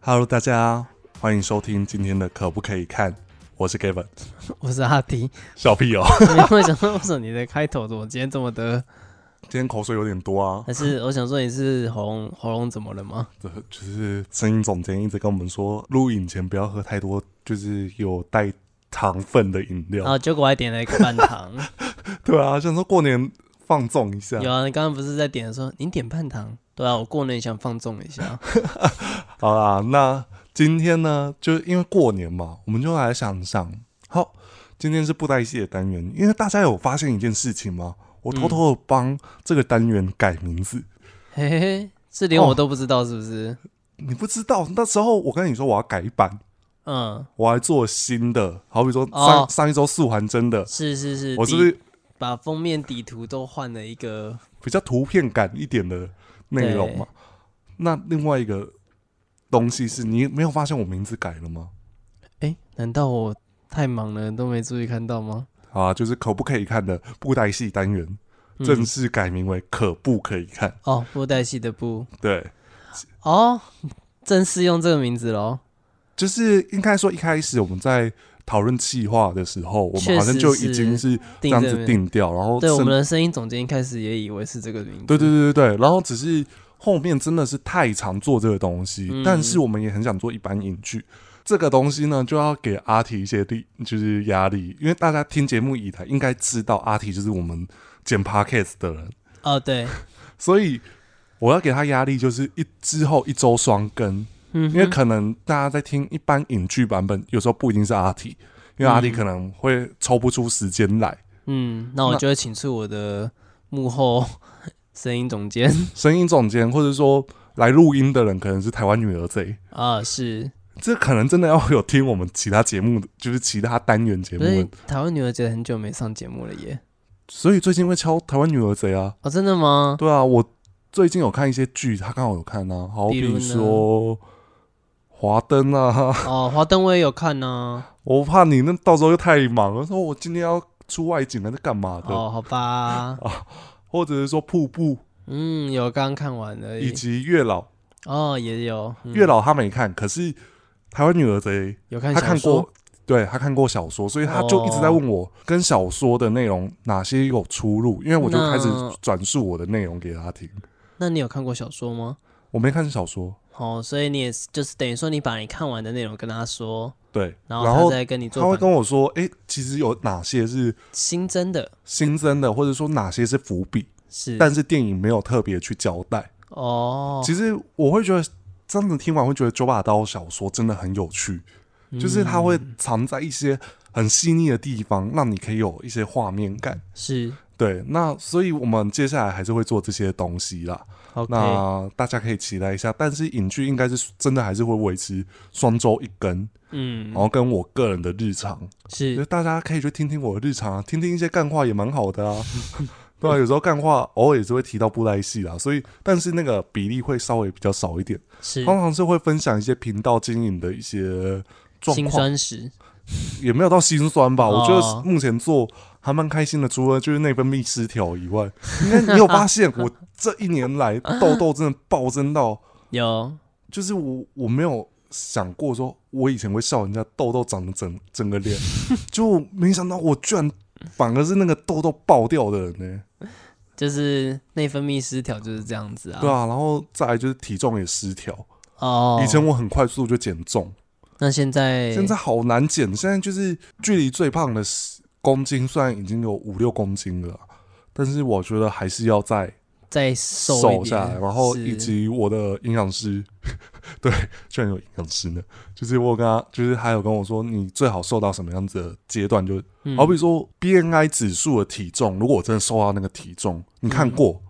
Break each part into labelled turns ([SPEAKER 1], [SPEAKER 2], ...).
[SPEAKER 1] Hello，大家欢迎收听今天的可不可以看？我是 Gavin，
[SPEAKER 2] 我是阿 迪，
[SPEAKER 1] 小屁哦，
[SPEAKER 2] 我原本想说，为什么你的开头怎么今天这么的？
[SPEAKER 1] 今天口水有点多啊，
[SPEAKER 2] 还是我想说你是喉咙喉咙怎么了吗？
[SPEAKER 1] 这就是声音总监一直跟我们说，录影前不要喝太多，就是有带糖分的饮料。
[SPEAKER 2] 然后结果我还点了一个半 糖，
[SPEAKER 1] 对啊，想说过年放纵一下。
[SPEAKER 2] 有啊，你刚刚不是在点的时候，你点半糖？对啊，我过年想放纵一 下，
[SPEAKER 1] 好啦，那今天呢，就因为过年嘛，我们就来想想，好，今天是布袋戏的单元，因为大家有发现一件事情吗？我偷偷的帮这个单元改名字，
[SPEAKER 2] 嘿嘿嘿，是连
[SPEAKER 1] 哦
[SPEAKER 2] 我都不知道是不是？
[SPEAKER 1] 你不知道，那时候我跟你说我要改版，
[SPEAKER 2] 嗯，
[SPEAKER 1] 我还做新的，好比说上、
[SPEAKER 2] 哦
[SPEAKER 1] 上一周素还真的，
[SPEAKER 2] 是是是，
[SPEAKER 1] 我是不
[SPEAKER 2] 底
[SPEAKER 1] 是
[SPEAKER 2] 把封面底图都换了一个？
[SPEAKER 1] 比较图片感一点的内容嘛？那另外一个东西是你没有发现我名字改了吗？
[SPEAKER 2] 哎、难道我太忙了都没注意看到吗？
[SPEAKER 1] 啊，就是可不可以看的布袋戏单元
[SPEAKER 2] 嗯
[SPEAKER 1] 正式改名为可不可以看？
[SPEAKER 2] 哦，布袋戏的布
[SPEAKER 1] 对，
[SPEAKER 2] 哦，正式用这个名字喽。
[SPEAKER 1] 就是应该说一开始我们在讨论企划的时候，我
[SPEAKER 2] 确
[SPEAKER 1] 们好像就
[SPEAKER 2] 实
[SPEAKER 1] 已经是这
[SPEAKER 2] 定
[SPEAKER 1] 样
[SPEAKER 2] 这
[SPEAKER 1] 子
[SPEAKER 2] 个
[SPEAKER 1] 定掉，然后
[SPEAKER 2] 对，我
[SPEAKER 1] 甚
[SPEAKER 2] 们的声音总监一开始也以为是这个名字。
[SPEAKER 1] 对对对对对，然后只是后面真的是太常做这个东西，
[SPEAKER 2] 嗯
[SPEAKER 1] 但是我们也很想做一般影剧。这个东西呢，就要给阿提一些力，就是压力，因为大家听节目以来应该知道阿提就是我们剪 podcast 的人，
[SPEAKER 2] 哦，对，
[SPEAKER 1] 所以我要给他压力，就是一之后一周双更，
[SPEAKER 2] 嗯
[SPEAKER 1] 因
[SPEAKER 2] 哼，
[SPEAKER 1] 为可能大家在听一般影剧版本，有时候不一定是阿提，因为阿提
[SPEAKER 2] 嗯
[SPEAKER 1] 可能会抽不出时间来，
[SPEAKER 2] 嗯，那我
[SPEAKER 1] 那
[SPEAKER 2] 就会请出我的幕后 声音总监
[SPEAKER 1] 声音总监或者说来录音的人可能是台湾女儿贼，
[SPEAKER 2] 啊，是
[SPEAKER 1] 这可能真的要有听我们其他节目的，就是其他单元节
[SPEAKER 2] 不是
[SPEAKER 1] 目，
[SPEAKER 2] 台湾女儿节很久没上节目了耶？
[SPEAKER 1] 所以最近会敲台湾女儿贼啊。
[SPEAKER 2] 哦，真的 吗？
[SPEAKER 1] 对啊，我最近有看一些剧，他刚好有看啊，好
[SPEAKER 2] 比如
[SPEAKER 1] 比
[SPEAKER 2] 呢
[SPEAKER 1] 说《华灯》啊，
[SPEAKER 2] 哦，华灯我也有看呢、
[SPEAKER 1] 我怕你那到时候又太忙了，说我今天要出外景还是干嘛的，
[SPEAKER 2] 哦，好 吧，
[SPEAKER 1] 或者是说《瀑布
[SPEAKER 2] 嗯，有刚刚看完》而
[SPEAKER 1] 以
[SPEAKER 2] 已。
[SPEAKER 1] 及《月老》，
[SPEAKER 2] 哦，也有、嗯
[SPEAKER 1] 月老他没看，可是《台湾女儿贼》
[SPEAKER 2] 有看
[SPEAKER 1] 他
[SPEAKER 2] 小
[SPEAKER 1] 看
[SPEAKER 2] 说哦
[SPEAKER 1] 过，对他看过小说，所以他就一直在问我跟小说的内容哪些有出入，因为我就
[SPEAKER 2] 那
[SPEAKER 1] 开始转述我的内容给他听。
[SPEAKER 2] 那你有看过小说吗？
[SPEAKER 1] 我没看小说，
[SPEAKER 2] 哦，所以你也是就是等于说你把你看完的内容跟他说，
[SPEAKER 1] 对，
[SPEAKER 2] 然
[SPEAKER 1] 然
[SPEAKER 2] 后
[SPEAKER 1] 后
[SPEAKER 2] 他再跟你
[SPEAKER 1] 他
[SPEAKER 2] 做
[SPEAKER 1] 会
[SPEAKER 2] 反
[SPEAKER 1] 跟我说，哎、其实有哪些是
[SPEAKER 2] 新增的，
[SPEAKER 1] 新增的，或者说哪些是伏笔，
[SPEAKER 2] 是
[SPEAKER 1] 但是电影没有特别去交代。
[SPEAKER 2] 哦，
[SPEAKER 1] 其实我会觉得。这样子听完会觉得九把刀小说真的很有趣，就是它会
[SPEAKER 2] 嗯
[SPEAKER 1] 藏在一些很细腻的地方，让你可以有一些画面感。
[SPEAKER 2] 是
[SPEAKER 1] 对，那所以我们接下来还是会做这些东西啦。
[SPEAKER 2] OK，
[SPEAKER 1] 那大家可以期待一下，但是影剧应该是真的还是会维持双周一更，
[SPEAKER 2] 嗯
[SPEAKER 1] 然，后跟我个人的日常，就是是大家可以去听听我的日常啊，听听一些干话也蛮好的啊。 对啊，有时候干话偶尔也是会提到布袋戏啦，所以但是那个比例会稍微比较少一点，
[SPEAKER 2] 是
[SPEAKER 1] 通常是会分享一些频道经营的一些状
[SPEAKER 2] 辛
[SPEAKER 1] 况，啊
[SPEAKER 2] 酸史
[SPEAKER 1] 也没有到心酸吧。我觉
[SPEAKER 2] 哦
[SPEAKER 1] 得目前做还蛮开心的，除了就是内分泌失调以外，因为你有发 现我这一年来痘痘真的暴增到
[SPEAKER 2] 有
[SPEAKER 1] 就是我我没有想过说，我以前会笑人家痘痘长得整整个 脸，就没想到我居然反而是那个痘痘爆掉的人呢、
[SPEAKER 2] 就是内分泌失调就是这样子啊，
[SPEAKER 1] 对啊，然后再来就是体重也失调，
[SPEAKER 2] 哦，
[SPEAKER 1] 以前我很快速就减重，
[SPEAKER 2] 那现在
[SPEAKER 1] 现在好难减，现在就是距离最胖的10公斤虽然已经有五六公斤了，但是我觉得还是要再
[SPEAKER 2] 再瘦一
[SPEAKER 1] 瘦
[SPEAKER 2] 点
[SPEAKER 1] 下来，然后
[SPEAKER 2] 是
[SPEAKER 1] 以及我的营养师， 对，居然有营养师呢，就是我跟他，就是他有跟我说，你最好瘦到什么样子的阶段就，
[SPEAKER 2] 嗯
[SPEAKER 1] 好比说 BNI 指数的体重，如果我真的瘦到那个体重，你
[SPEAKER 2] 嗯
[SPEAKER 1] 看过，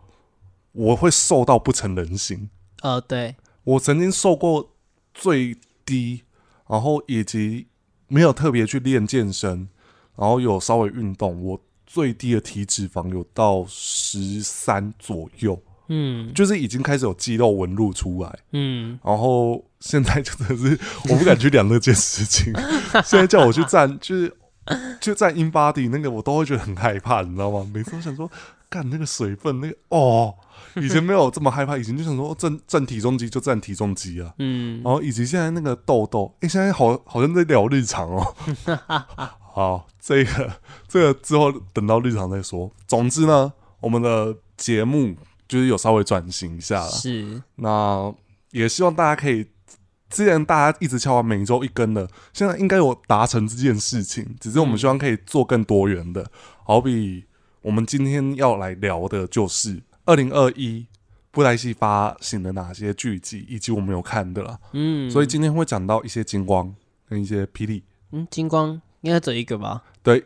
[SPEAKER 1] 我会瘦到不成人形。
[SPEAKER 2] 哦对，
[SPEAKER 1] 我曾经瘦过最低，然后以及没有特别去练健身，然后有稍微运动，我最低的体脂肪有到十三左右。
[SPEAKER 2] 嗯
[SPEAKER 1] 就是已经开始有肌肉纹路出来，
[SPEAKER 2] 嗯
[SPEAKER 1] 然后现在就真的是我不敢去量那件事情。 现在叫我去站，就是就站 in body 那个，我都会觉得很害怕，你知道吗？每次都想说，干那个水分，那个哦，以前没有这么害怕，以前就想说哦站站体重机就站体重机啊。
[SPEAKER 2] 嗯，
[SPEAKER 1] 然后以及现在那个痘痘，哎、现在好好像在聊日常 哦。好，这个这个之后等到日常再说。总之呢，我们的节目就是有稍微转型一下了，
[SPEAKER 2] 是
[SPEAKER 1] 那也希望大家可以，之前大家一直敲完每周一根的，现在应该有达成这件事情，只是我们希望可以做更多元的，好比我们今天要来聊的就是二零二一布袋戏发行的哪些剧集，以及我们有看的啦，
[SPEAKER 2] 嗯，
[SPEAKER 1] 所以今天会讲到一些金光跟一些霹雳，
[SPEAKER 2] 嗯，金光应该只有一个吧？
[SPEAKER 1] 对，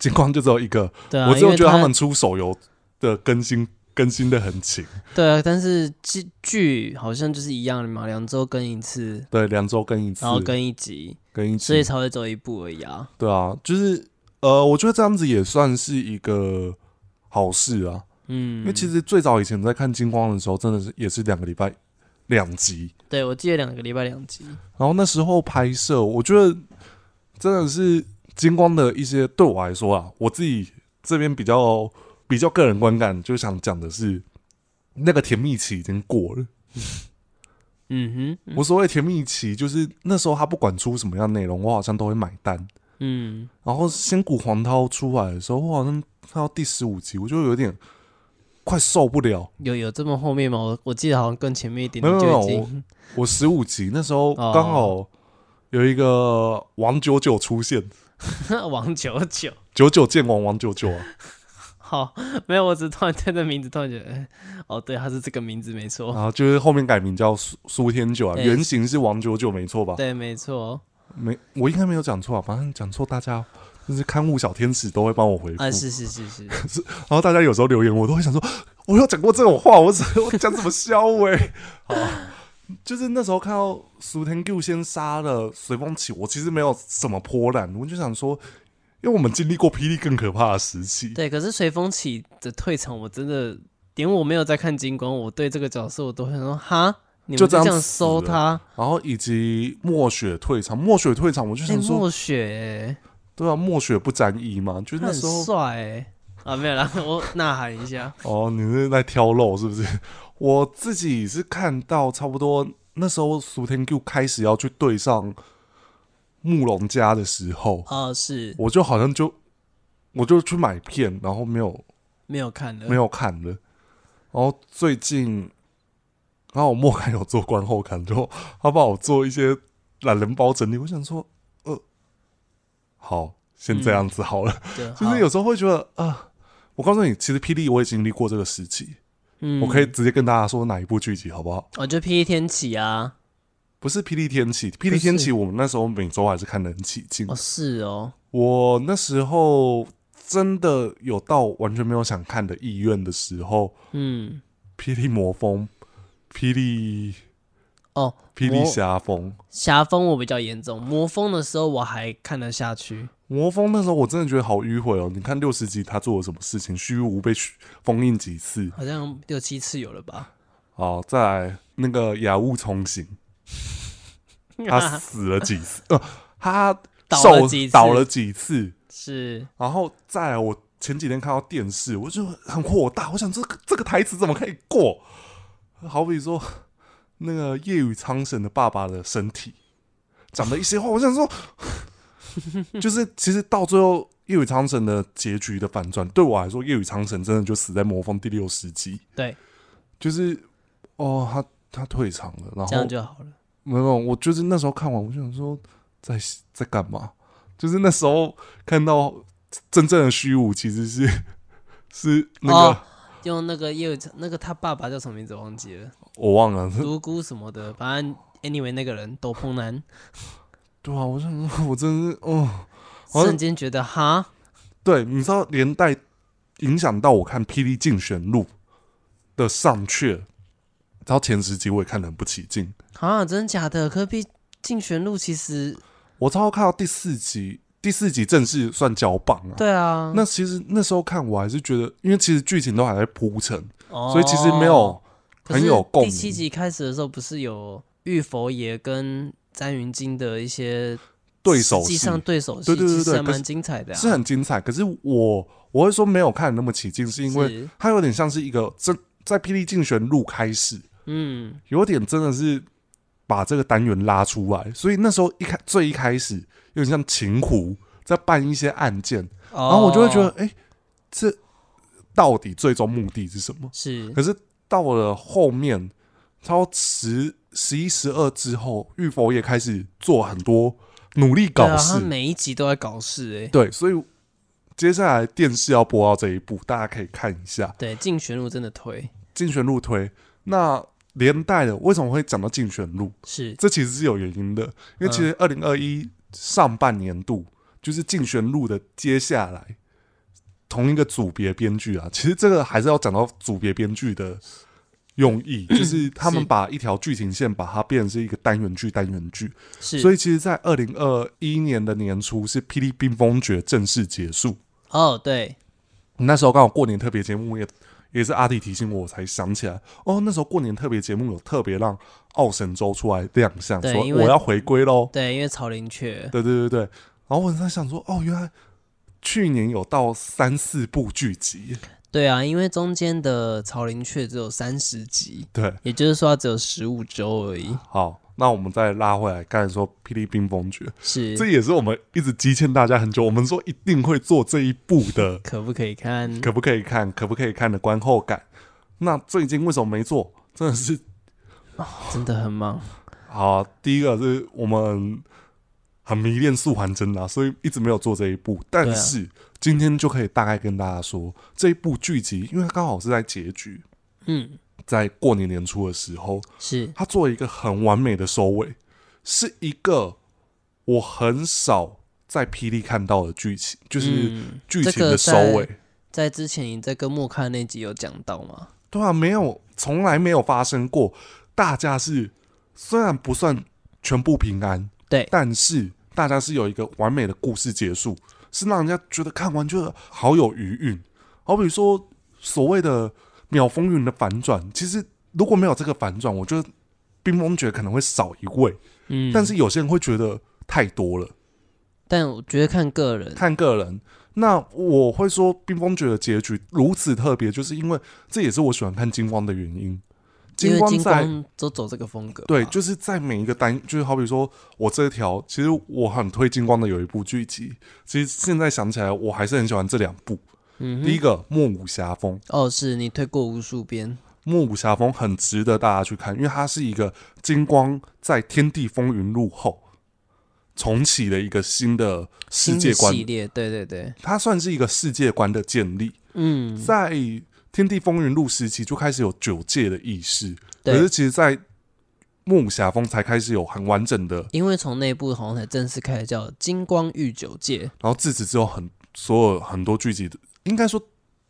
[SPEAKER 1] 金光就只有一个，
[SPEAKER 2] 对啊，
[SPEAKER 1] 我只
[SPEAKER 2] 因
[SPEAKER 1] 有
[SPEAKER 2] 为
[SPEAKER 1] 觉得
[SPEAKER 2] 他
[SPEAKER 1] 他们出手游的更新更新的很勤，
[SPEAKER 2] 对啊，但是剧剧好像就是一样的嘛，两周更一次，
[SPEAKER 1] 对，两周更一次，
[SPEAKER 2] 然后更一集，
[SPEAKER 1] 更一次
[SPEAKER 2] 所以才会走一步而已啊。
[SPEAKER 1] 对啊，就是呃，我觉得这样子也算是一个好事啊，
[SPEAKER 2] 嗯，
[SPEAKER 1] 因为其实最早以前在看《金光》的时候，真的是也是两个礼拜两集，
[SPEAKER 2] 对我记得两个礼拜两集，
[SPEAKER 1] 然后那时候拍摄，我觉得真的是《金光》的一些对我来说啊，我自己这边比较比较个人观感，就想讲的是那个甜蜜期已经过了。
[SPEAKER 2] 嗯哼，
[SPEAKER 1] 我所谓甜蜜期，就是那时候他不管出什么样的内容，我好像都会买单。
[SPEAKER 2] 嗯，
[SPEAKER 1] 然后《仙谷黄涛》出来的时候，我好像看到第十五集，我就有点快受不了。
[SPEAKER 2] 有有这么后面吗？我我记得好像更前面一点
[SPEAKER 1] 没有没有
[SPEAKER 2] 就已经
[SPEAKER 1] 我十五集那时候刚好有一个王九九出现，
[SPEAKER 2] 王九九。
[SPEAKER 1] 九九见王王九九啊，
[SPEAKER 2] 好，没有，我只是突然对这名字突然觉得，哎哦，对，他是这个名字没错，
[SPEAKER 1] 然后就是后面改名叫苏苏天九啊，
[SPEAKER 2] 对
[SPEAKER 1] 原型是王九九没错吧？
[SPEAKER 2] 哎对，没错，
[SPEAKER 1] 没，我应该没有讲错啊，反正讲错大家就是刊物小天使都会帮我回复，
[SPEAKER 2] 啊，是是是是，
[SPEAKER 1] 然后大家有时候留言，我都会想说，我有讲过这种话，我只我讲什么 笑哎、 好，
[SPEAKER 2] 啊
[SPEAKER 1] 就是那时候看到苏天 Q 先杀了随风起，我其实没有什么波澜，我就想说，因为我们经历过霹雳更可怕的时期，
[SPEAKER 2] 对。可是随风起的退场，我真的连我没有在看金光，我对这个角色我都会说，哈，你们
[SPEAKER 1] 就
[SPEAKER 2] 就
[SPEAKER 1] 这样
[SPEAKER 2] 这样
[SPEAKER 1] 死
[SPEAKER 2] 收
[SPEAKER 1] 了
[SPEAKER 2] 他，
[SPEAKER 1] 然后以及墨雪退场，墨雪退场，我就
[SPEAKER 2] 哎，
[SPEAKER 1] 想说，
[SPEAKER 2] 墨雪、
[SPEAKER 1] 对啊，墨雪不沾衣嘛，就是
[SPEAKER 2] 他
[SPEAKER 1] 那
[SPEAKER 2] 很
[SPEAKER 1] 时候
[SPEAKER 2] 帅、欸，啊，没有啦，我呐喊一下，
[SPEAKER 1] 哦，你是在挑肉是不是？ 我自己是看到差不多那时候苏天 Q 开始要去对上慕容家的时候，
[SPEAKER 2] 哦，是
[SPEAKER 1] 我就好像就我就去买片，然后没有
[SPEAKER 2] 没有看的，
[SPEAKER 1] 没有看了。然后最近，然后我莫凯有做观后感，就他帮我做一些懒人包整理。我想说，呃，好，先这样子好了。
[SPEAKER 2] 对，
[SPEAKER 1] 就是有时候会觉得啊、我告诉你，其实霹雳我也经历过这个时期。我
[SPEAKER 2] 有
[SPEAKER 1] 可以，直接跟大家说哪一部剧集好不好？
[SPEAKER 2] 我哦就霹雳天启啊，
[SPEAKER 1] 不是《霹雳天启》，《霹雳天启》我们那时候每周还是看得很起劲
[SPEAKER 2] 哦，。是哦，
[SPEAKER 1] 我那时候真的有到完全没有想看的意愿的时候，
[SPEAKER 2] 嗯，
[SPEAKER 1] 《霹雳魔风》、《霹雳
[SPEAKER 2] 哦，
[SPEAKER 1] 霹雳
[SPEAKER 2] 魔
[SPEAKER 1] 侠风》、
[SPEAKER 2] 侠风我比较严重，魔风的时候我还看得下去，
[SPEAKER 1] 魔风那时候我真的觉得好迂回哦。你看六十集他做了什么事情，虚无被封印几次？
[SPEAKER 2] 好像六七次有了吧？
[SPEAKER 1] 好，再来那个雅物重行， 他死了几次？呃，他
[SPEAKER 2] 倒
[SPEAKER 1] 受
[SPEAKER 2] 了几次
[SPEAKER 1] 倒了几次？
[SPEAKER 2] 是
[SPEAKER 1] 然后再来，我前几天看到电视，我就很火大，我想这个这个台词怎么可以过？好比说那个夜雨苍神的爸爸的身体讲的一些话，我想说， 就是其实到最后夜雨苍神的结局的反转，对我来说，夜雨苍神真的就死在魔方第六十集，
[SPEAKER 2] 对，
[SPEAKER 1] 就是哦，他他退场了，然
[SPEAKER 2] 这
[SPEAKER 1] 后
[SPEAKER 2] 样就好了。
[SPEAKER 1] 没有，我就是那时候看完，我就想说在在干嘛？就是那时候看到真正的虚无其实是 是那个、
[SPEAKER 2] 哦用那个叶那个他爸爸叫什么名字忘记 了，
[SPEAKER 1] 我忘了，
[SPEAKER 2] 独孤什么的，反正 anyway 那个人斗篷男，
[SPEAKER 1] 对啊，我想说我真是 哦，好像
[SPEAKER 2] 瞬间觉得哈，
[SPEAKER 1] 对，你知道连带影响到我看《霹雳竞选录》的上阙，到前十集我也看得很不起劲，
[SPEAKER 2] 啊，真的假的？科比竞选路其实
[SPEAKER 1] 我超看到第四集，第四集正式算交棒啊。
[SPEAKER 2] 对啊，
[SPEAKER 1] 那其实那时候看我还是觉得，因为其实剧情都还在铺陈，
[SPEAKER 2] 哦
[SPEAKER 1] 所以其实没有。
[SPEAKER 2] 可是
[SPEAKER 1] 很有共鸣
[SPEAKER 2] 第七集开始的时候，不是有玉佛爷跟詹云京的一些
[SPEAKER 1] 对手
[SPEAKER 2] 实
[SPEAKER 1] 戏
[SPEAKER 2] 际上对手戏，
[SPEAKER 1] 对对对
[SPEAKER 2] 其实
[SPEAKER 1] 对
[SPEAKER 2] 还
[SPEAKER 1] 可是
[SPEAKER 2] 蛮精彩的、啊，
[SPEAKER 1] 是很精彩。可是我我会说没有看得那么起劲，是因为
[SPEAKER 2] 是
[SPEAKER 1] 它有点像是一个真在霹雳竞选路开始，
[SPEAKER 2] 嗯，
[SPEAKER 1] 有点真的是把这个单元拉出来，所以那时候一开最一开始有点像秦湖在办一些案件，
[SPEAKER 2] 然
[SPEAKER 1] 然后我就会觉得，
[SPEAKER 2] 哦
[SPEAKER 1] 哎、这到底最终目的是什么？
[SPEAKER 2] 是
[SPEAKER 1] 可是到了后面，超十十一、十二之后，玉佛也开始做很多努力
[SPEAKER 2] 对
[SPEAKER 1] 搞
[SPEAKER 2] 啊
[SPEAKER 1] 事，
[SPEAKER 2] 他每一集都在搞事哎、
[SPEAKER 1] 对，所以接下来电视要播到这一步，大家可以看一下
[SPEAKER 2] 对，竞选路真的推
[SPEAKER 1] 竞选路推。那连带的，为什么会讲到竞选路？
[SPEAKER 2] 是
[SPEAKER 1] 这其实是有原因的，因为其实二零二一上半年度、就是竞选路的接下来同一个组别编剧啊，其实这个还是要讲到组别编剧的用意，就是他们
[SPEAKER 2] 是
[SPEAKER 1] 把一条剧情线把它变成是一个单元剧，单元剧。
[SPEAKER 2] 是，
[SPEAKER 1] 所
[SPEAKER 2] 以
[SPEAKER 1] 以其实，在二零二一年的年初是《霹雳冰封诀》正式结束，
[SPEAKER 2] 哦对，
[SPEAKER 1] 那时候刚好过年特别节目也也是阿弟提醒我，我才想起来哦。那时候过年特别节目有特别让奥神州出来亮相，
[SPEAKER 2] 对
[SPEAKER 1] 说
[SPEAKER 2] 因为
[SPEAKER 1] 我要回归喽。
[SPEAKER 2] 对，因为曹林雀
[SPEAKER 1] 对对对对，然后我在想说，哦，原来去年有到三四部剧集，
[SPEAKER 2] 对啊，因为中间的曹林雀只有三十集，
[SPEAKER 1] 对，
[SPEAKER 2] 也就是说它只有十五周而已，
[SPEAKER 1] 好，那我们再拉回来，刚才说《霹雳冰封诀》，
[SPEAKER 2] 是
[SPEAKER 1] 这也是我们一直积欠大家很久，我们说一定会做这一部的
[SPEAKER 2] 可不可以看？
[SPEAKER 1] 可不可以看，可不可以看的观后感。那最近为什么没做？真的是
[SPEAKER 2] 真的很忙，
[SPEAKER 1] 好、第一个是我们很迷恋素还真啦，所以一直没有做这一部。但是、今天就可以大概跟大家说，这一部剧集，因为它刚好是在结局，
[SPEAKER 2] 嗯，
[SPEAKER 1] 在过年年初的时候，
[SPEAKER 2] 是
[SPEAKER 1] 它做了一个很完美的收尾，是一个我很少在霹雳看到的剧情，就是
[SPEAKER 2] 嗯
[SPEAKER 1] 剧
[SPEAKER 2] 这
[SPEAKER 1] 情的
[SPEAKER 2] 个
[SPEAKER 1] 收
[SPEAKER 2] 在
[SPEAKER 1] 尾。
[SPEAKER 2] 在之前你在跟莫看那集有讲到吗？
[SPEAKER 1] 对啊，没有，从来没有发生过。大家是虽然不算全部平安，
[SPEAKER 2] 对
[SPEAKER 1] 但是大家是有一个完美的故事结束，是让人家觉得看完觉得好有余韵。好比说所谓的秒风云的反转，其实如果没有这个反转，我觉得冰封诀可能会少一位。
[SPEAKER 2] 嗯，
[SPEAKER 1] 但是有些人会觉得太多了，
[SPEAKER 2] 但我觉得看个人，
[SPEAKER 1] 看个人。那我会说，《冰封诀》的结局如此特别，就是因为这也是我喜欢看金光的原因。
[SPEAKER 2] 因为
[SPEAKER 1] 光
[SPEAKER 2] 金
[SPEAKER 1] 在
[SPEAKER 2] 光都走这个风格嘛，
[SPEAKER 1] 对，就是在每一个单，就是好比说我这条，其实我很推金光的有一部剧集，其实现在想起来，我还是很喜欢这两部。
[SPEAKER 2] 嗯
[SPEAKER 1] 第
[SPEAKER 2] 哼，
[SPEAKER 1] 一个《莫武侠风》，《
[SPEAKER 2] 哦，是你推过无数遍，
[SPEAKER 1] 莫武侠风》很值得大家去看，因为它是一个金光在《天地风云录》后重启的一个新的世
[SPEAKER 2] 新
[SPEAKER 1] 界
[SPEAKER 2] 的
[SPEAKER 1] 观
[SPEAKER 2] 系，列，对对对，
[SPEAKER 1] 它算是一个世界观的建立。
[SPEAKER 2] 嗯，
[SPEAKER 1] 在《天地风云录》时期就开始有九界的意识，可
[SPEAKER 2] 对
[SPEAKER 1] 是，其实，在《木侠风》才开始有很完整的，
[SPEAKER 2] 因为从内部好像才正式开始叫金光御九界，
[SPEAKER 1] 然后自此之后很所有很多剧集的，应该说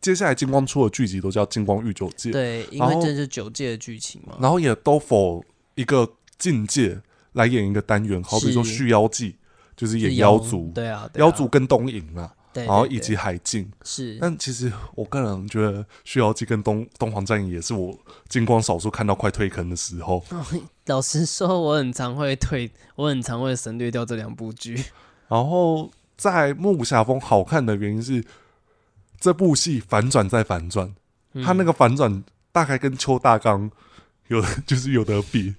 [SPEAKER 1] 接下来金光出的剧集都叫《金光御九界》，
[SPEAKER 2] 对，因
[SPEAKER 1] 然
[SPEAKER 2] 为
[SPEAKER 1] 后
[SPEAKER 2] 这是九界的剧情嘛，
[SPEAKER 1] 然后也都否一个境界来演一个单元，好比说《
[SPEAKER 2] 是
[SPEAKER 1] 续妖记》，就是
[SPEAKER 2] 是
[SPEAKER 1] 演妖族，
[SPEAKER 2] 对啊，对啊
[SPEAKER 1] 妖族，跟东瀛啊，
[SPEAKER 2] 对，对
[SPEAKER 1] 然后以
[SPEAKER 2] 对
[SPEAKER 1] 及海静。
[SPEAKER 2] 是
[SPEAKER 1] 但其实我个人觉得《续妖记》跟《东东皇战役》也是我金光少数看到快退坑的时候。
[SPEAKER 2] 老实说，我很常会退，我很常会省略掉这两部剧。
[SPEAKER 1] 然后在《木武侠风》好看的原因是，这部戏反转再反转，
[SPEAKER 2] 嗯
[SPEAKER 1] 他那个反转大概跟邱大刚有 就是有得比，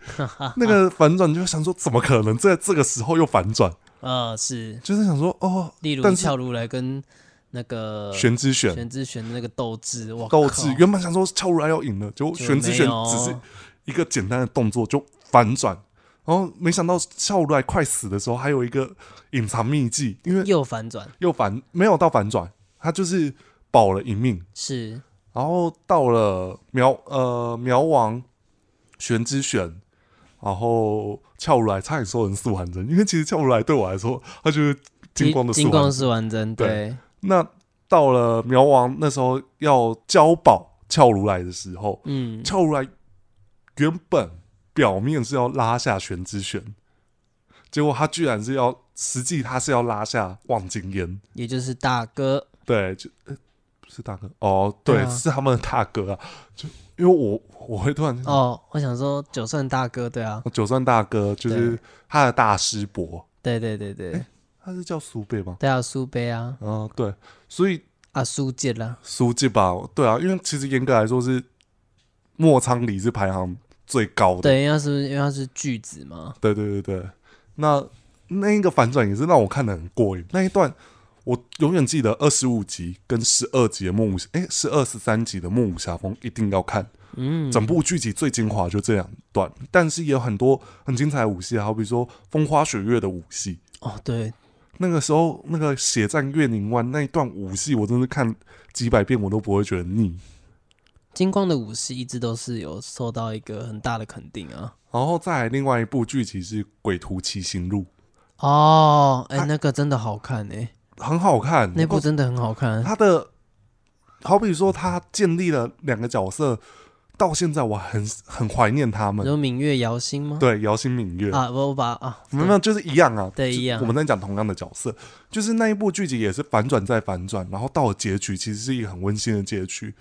[SPEAKER 1] 那个反转就想说怎么可能在这个时候又反转，
[SPEAKER 2] 呃，是，
[SPEAKER 1] 就是想说哦，
[SPEAKER 2] 例如
[SPEAKER 1] 但是
[SPEAKER 2] 俏如来跟那个
[SPEAKER 1] 玄之选
[SPEAKER 2] 玄之玄的那个斗志，哇，
[SPEAKER 1] 斗志
[SPEAKER 2] 靠
[SPEAKER 1] 原本想说俏如来要赢了，结果
[SPEAKER 2] 就
[SPEAKER 1] 玄之
[SPEAKER 2] 没
[SPEAKER 1] 选
[SPEAKER 2] 有
[SPEAKER 1] 只是一个简单的动作就反转。然后没想到俏如来快死的时候，还有一个隐藏秘技，因为
[SPEAKER 2] 又反转，
[SPEAKER 1] 又反没有到反转，他就是保了一命。
[SPEAKER 2] 是
[SPEAKER 1] 然后到了苗呃苗王玄之选，然后俏如来差点说成素还真，因为其实俏如来对我来说，他就是金光的
[SPEAKER 2] 金
[SPEAKER 1] 素
[SPEAKER 2] 光
[SPEAKER 1] 还
[SPEAKER 2] 的
[SPEAKER 1] 真。
[SPEAKER 2] 素还真，
[SPEAKER 1] 对
[SPEAKER 2] 对，
[SPEAKER 1] 那到了苗王那时候要交保俏如来的时候，
[SPEAKER 2] 嗯，
[SPEAKER 1] 俏如来原本表面是要拉下玄之选，结果他居然是要实际他是要拉下望京烟。
[SPEAKER 2] 也就是大哥，
[SPEAKER 1] 对，就、呃是大哥哦，对，
[SPEAKER 2] 对啊
[SPEAKER 1] 是他们的大哥啊。就因为我我会突然间
[SPEAKER 2] 哦，我想说九算大哥，对啊，
[SPEAKER 1] 九算大哥就是
[SPEAKER 2] 对
[SPEAKER 1] 他的大师伯，
[SPEAKER 2] 对对对对，
[SPEAKER 1] 他是叫苏贝吗？
[SPEAKER 2] 对啊，苏杯啊，
[SPEAKER 1] 嗯，对，所以
[SPEAKER 2] 啊苏杰啦，
[SPEAKER 1] 苏记吧，对啊，因为其实严格来说是莫仓里是排行最高的。
[SPEAKER 2] 对，因为它是因为它是句子嘛，
[SPEAKER 1] 对对对对，那那一个反转也是让我看得很过瘾。那一段我永远记得二十五集跟十二集的《梦舞》，哎，是二十三集的《梦舞霞风》一定要看。
[SPEAKER 2] 嗯，
[SPEAKER 1] 整部剧集最精华就这两段，但是也有很多很精彩的武戏啊，好比说风花雪月的武戏。
[SPEAKER 2] 哦，对，
[SPEAKER 1] 那个时候，那个血战月宁湾那一段武戏，我真是看几百遍我都不会觉得腻。
[SPEAKER 2] 金光的武士一直都是有受到一个很大的肯定啊。
[SPEAKER 1] 然后再来另外一部剧集是《鬼徒骑行录
[SPEAKER 2] 哦，哎、
[SPEAKER 1] 它
[SPEAKER 2] 那个真的好看哎、》，
[SPEAKER 1] 很好看。
[SPEAKER 2] 那部真的很好看。
[SPEAKER 1] 他的好比说，他建立了两个角色，到现在我很很怀念他
[SPEAKER 2] 你
[SPEAKER 1] 们。
[SPEAKER 2] 说明月摇星吗？
[SPEAKER 1] 对，姚星明月，
[SPEAKER 2] 啊，我我把啊，
[SPEAKER 1] 没有没有，就是一样啊，
[SPEAKER 2] 对
[SPEAKER 1] 就
[SPEAKER 2] 一样
[SPEAKER 1] 我们在讲同样的角色，就是那一部剧集也是反转再反转，然后到了结局其实是一个很温馨的结局，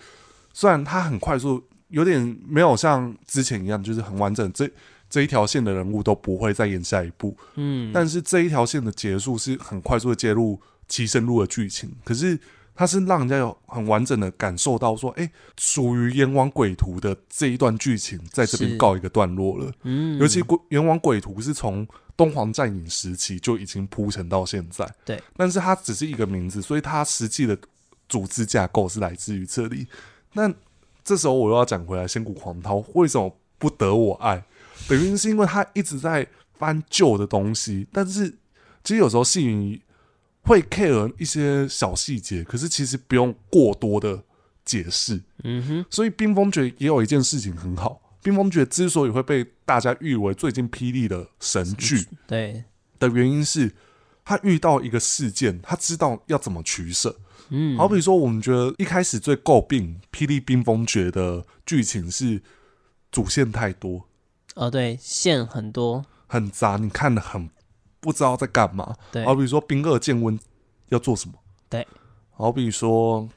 [SPEAKER 1] 虽然它很快速，有点没有像之前一样，就是很完整，这这一条线的人物都不会再演下一部，
[SPEAKER 2] 嗯，
[SPEAKER 1] 但是这一条线的结束是很快速的介入其深入的剧情，可是它是让人家有很完整的感受到说，哎、属于《阎王鬼图》的这一段剧情在这边
[SPEAKER 2] 是
[SPEAKER 1] 告一个段落了。
[SPEAKER 2] 嗯，
[SPEAKER 1] 尤其鬼《阎王鬼图》是从东皇战影时期就已经铺陈到现在，
[SPEAKER 2] 对，
[SPEAKER 1] 但是它只是一个名字，所以它实际的组织架构是来自于这里。那这时候我又要讲回来，《仙谷狂涛》为什么不得我爱？等于是因为他一直在翻旧的东西，但是其实有时候戏迷会 care 一些小细节，可是其实不用过多的解释。
[SPEAKER 2] 嗯哼，
[SPEAKER 1] 所以冰封诀也有一件事情很好，冰封诀之所以会被大家誉为最近霹雳的神剧
[SPEAKER 2] 对，
[SPEAKER 1] 的原因是，他遇到一个事件，他知道要怎么取舍。
[SPEAKER 2] 嗯，
[SPEAKER 1] 好比说，我们觉得一开始最诟病霹雳冰封诀的剧情是主线太多，
[SPEAKER 2] 哦，对，线很多，
[SPEAKER 1] 很杂，你看的很不知道在干嘛。
[SPEAKER 2] 对
[SPEAKER 1] 好比说冰二见温要做什么？
[SPEAKER 2] 对，
[SPEAKER 1] 好比说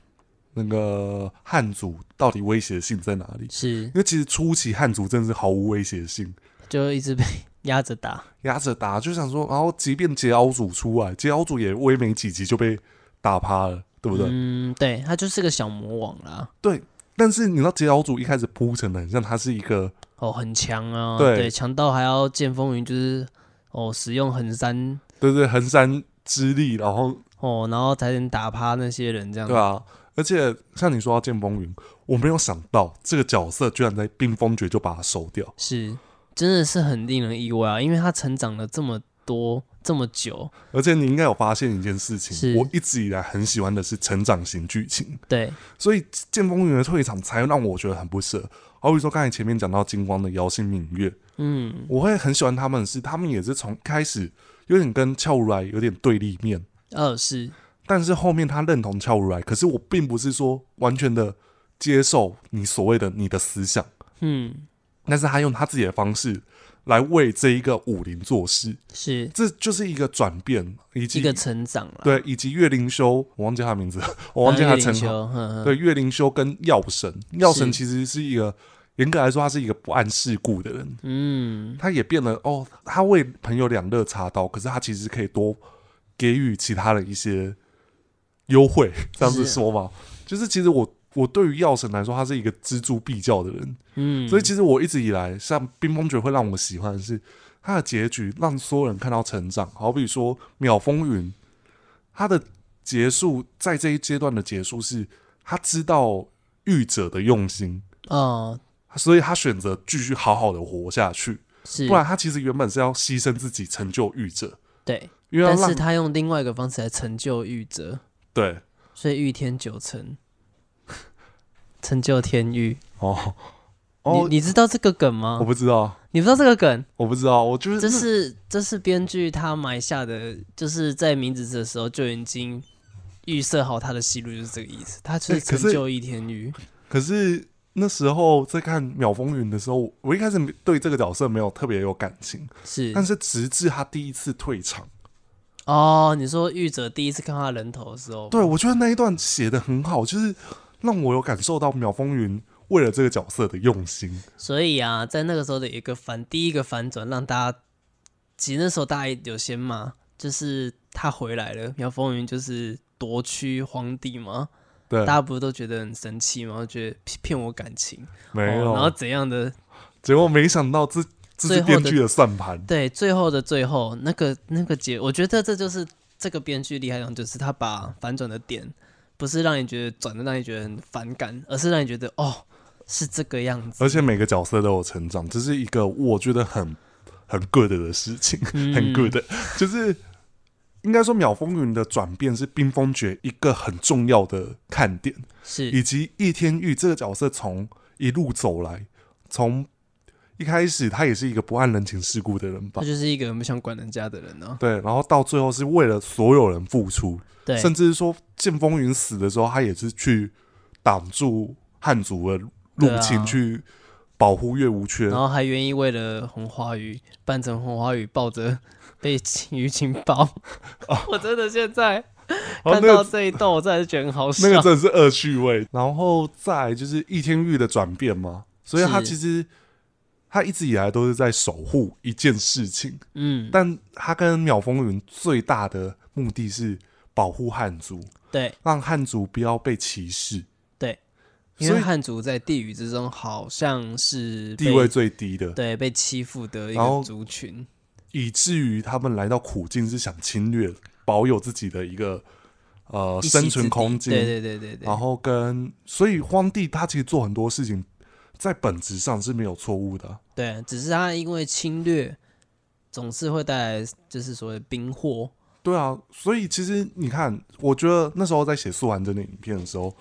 [SPEAKER 1] 那个汉族到底威胁性在哪里？
[SPEAKER 2] 是
[SPEAKER 1] 因为其实初期汉族真的是毫无威胁性，
[SPEAKER 2] 就一直被 压着打。
[SPEAKER 1] 压着打，就想说，然后即便桀骜组出来，桀骜组也威没几集就被打趴了，对不对？
[SPEAKER 2] 嗯，对，他就是个小魔王啦，
[SPEAKER 1] 对。但是你知道桀骜组一开始铺陈的很像他是一个
[SPEAKER 2] 哦，很强啊，
[SPEAKER 1] 对
[SPEAKER 2] 对，强到还要见风云，就是哦，使用横山
[SPEAKER 1] 对不对横山之力，然后
[SPEAKER 2] 哦，然后才能打趴那些人这样。
[SPEAKER 1] 对啊，而且像你说到剑风云，我没有想到这个角色居然在冰封诀就把他收掉，
[SPEAKER 2] 是，真的是很令人意外啊，因为他成长了这么多这么久，
[SPEAKER 1] 而且你应该有发现一件事情，
[SPEAKER 2] 是
[SPEAKER 1] 我一直以来很喜欢的是成长型剧情，
[SPEAKER 2] 对，
[SPEAKER 1] 所以剑风云的退场才让我觉得很不舍。好比说刚才前面讲到金光的姚星明月，
[SPEAKER 2] 嗯，
[SPEAKER 1] 我会很喜欢他们的是，他们也是从开始有点跟俏如来有点对立面，
[SPEAKER 2] 二哦是
[SPEAKER 1] 但是后面他认同俏如来，可是我并不是说完全的接受你所谓的你的思想，
[SPEAKER 2] 嗯
[SPEAKER 1] 但是他用他自己的方式来为这一个武林做事，
[SPEAKER 2] 是
[SPEAKER 1] 这就是一个转变，以及
[SPEAKER 2] 一个成长了，
[SPEAKER 1] 对，以及岳灵修，我忘记他的名字，我
[SPEAKER 2] 当
[SPEAKER 1] 忘
[SPEAKER 2] 然
[SPEAKER 1] 记
[SPEAKER 2] 有
[SPEAKER 1] 他
[SPEAKER 2] 点
[SPEAKER 1] 的
[SPEAKER 2] 羞，
[SPEAKER 1] 称号。
[SPEAKER 2] 呵呵
[SPEAKER 1] 对，岳灵修跟药神，药神
[SPEAKER 2] 嗯是
[SPEAKER 1] 其实是一个严格来说，他是一个不谙世故的人，
[SPEAKER 2] 嗯，
[SPEAKER 1] 他也变了哦，他为朋友两肋插刀，可是他其实可以多给予其他的一些优惠，这样子说嘛，就是其实我我对于药神来说，他是一个锱铢必较的人，
[SPEAKER 2] 嗯，
[SPEAKER 1] 所以其实我一直以来，像冰封诀会让我喜欢的是它的结局，让所有人看到成长。好比说《秒风云》，它的结束在这一阶段的结束是，他知道御者的用心，
[SPEAKER 2] 哦
[SPEAKER 1] 所以他选择继续好好的活下去。
[SPEAKER 2] 是
[SPEAKER 1] 不，然他其实原本是要牺牲自己成就御者，
[SPEAKER 2] 对，
[SPEAKER 1] 因为要
[SPEAKER 2] 但是
[SPEAKER 1] 让
[SPEAKER 2] 他用另外一个方式来成就玉哲，
[SPEAKER 1] 对
[SPEAKER 2] 所以玉天九成， 成就天域。
[SPEAKER 1] 哦哦，
[SPEAKER 2] 你你知道这个梗
[SPEAKER 1] 我
[SPEAKER 2] 吗？
[SPEAKER 1] 不知道，
[SPEAKER 2] 你不知道这个梗？
[SPEAKER 1] 我不知道，我就是
[SPEAKER 2] 这是这是编剧他埋下的，就是在名字的时候就已经预设好他的戏路就是这个意思，他就
[SPEAKER 1] 欸
[SPEAKER 2] 是
[SPEAKER 1] 可
[SPEAKER 2] 成
[SPEAKER 1] 是
[SPEAKER 2] 就一天域。
[SPEAKER 1] 可是那时候在看《秒风云》的时候，我一开始对这个角色没有特别有感情，
[SPEAKER 2] 是
[SPEAKER 1] 但是直至他第一次退场，
[SPEAKER 2] 哦，你说玉哲第一次看他人头的时候，
[SPEAKER 1] 对我觉得那一段写的很好，就是让我有感受到《秒风云》为了这个角色的用心。
[SPEAKER 2] 所以啊，在那个时候的一个反第一个反转，让大家其实那时候大家也有先骂，就是他回来了，苗风云就是夺区皇帝嘛，
[SPEAKER 1] 对
[SPEAKER 2] 大，家不是都觉得很生气吗？觉得骗骗我感情，
[SPEAKER 1] 没
[SPEAKER 2] 哦
[SPEAKER 1] 有，
[SPEAKER 2] 然后怎样的？
[SPEAKER 1] 结果没想到这这
[SPEAKER 2] 最
[SPEAKER 1] 是
[SPEAKER 2] 后
[SPEAKER 1] 编
[SPEAKER 2] 的
[SPEAKER 1] 剧的算盘，
[SPEAKER 2] 对，最后的最后，那个那个结，我觉得这就是这个编剧厉害的地方，就是他把反转的点，不是让你觉得转的让你觉得很反感，而是让你觉得哦是这个样子，
[SPEAKER 1] 而且每个角色都有成长，这是一个我觉得很很 good 的事情，
[SPEAKER 2] 嗯
[SPEAKER 1] 很 good，就是应该说《秒风云》的转变是冰封诀一个很重要的看点，
[SPEAKER 2] 是
[SPEAKER 1] 以及易天玉这个角色从一路走来，从一开始他也是一个不谙人情世故的人吧
[SPEAKER 2] 他。就是一个很不想管人家的人呢、
[SPEAKER 1] 对，然后到最后是为了所有人付出，
[SPEAKER 2] 对，
[SPEAKER 1] 甚至是说剑风云死的时候，他也是去挡住汉族的入侵，
[SPEAKER 2] 对啊
[SPEAKER 1] 去保护月无缺
[SPEAKER 2] 然。后还愿意为了红花鱼扮成红花鱼，抱着被情鱼情 抱， 我真的现在
[SPEAKER 1] 然后哦
[SPEAKER 2] 看
[SPEAKER 1] 那
[SPEAKER 2] 到
[SPEAKER 1] 个
[SPEAKER 2] 这一段，我真的是觉得很好笑
[SPEAKER 1] 那。个真的是恶趣味。然后再来就是易天玉的转变嘛，所以他
[SPEAKER 2] 是
[SPEAKER 1] 其实他一直以来都是在守护一件事情，
[SPEAKER 2] 嗯，
[SPEAKER 1] 但他跟秒风云最大的目的是保护汉族，
[SPEAKER 2] 对
[SPEAKER 1] 让汉族不要被歧视，
[SPEAKER 2] 对，因
[SPEAKER 1] 所
[SPEAKER 2] 为
[SPEAKER 1] 以
[SPEAKER 2] 汉族在地域之中好像是
[SPEAKER 1] 地
[SPEAKER 2] 被
[SPEAKER 1] 位最低的，
[SPEAKER 2] 对被欺负的一
[SPEAKER 1] 然后
[SPEAKER 2] 个族群，
[SPEAKER 1] 以至于他们来到苦境是想侵略，保有自己的一个呃
[SPEAKER 2] 一席
[SPEAKER 1] 生
[SPEAKER 2] 之
[SPEAKER 1] 存
[SPEAKER 2] 地
[SPEAKER 1] 空间，
[SPEAKER 2] 对对对对对
[SPEAKER 1] 然，后跟所以荒地他其实做很多事情，在本质上是没有错误的啊、
[SPEAKER 2] 对，只是他因为侵略，总是会带来就是所谓的兵祸。
[SPEAKER 1] 对啊，所以其实你看，我觉得那时候在写《素还真》的影片的时候，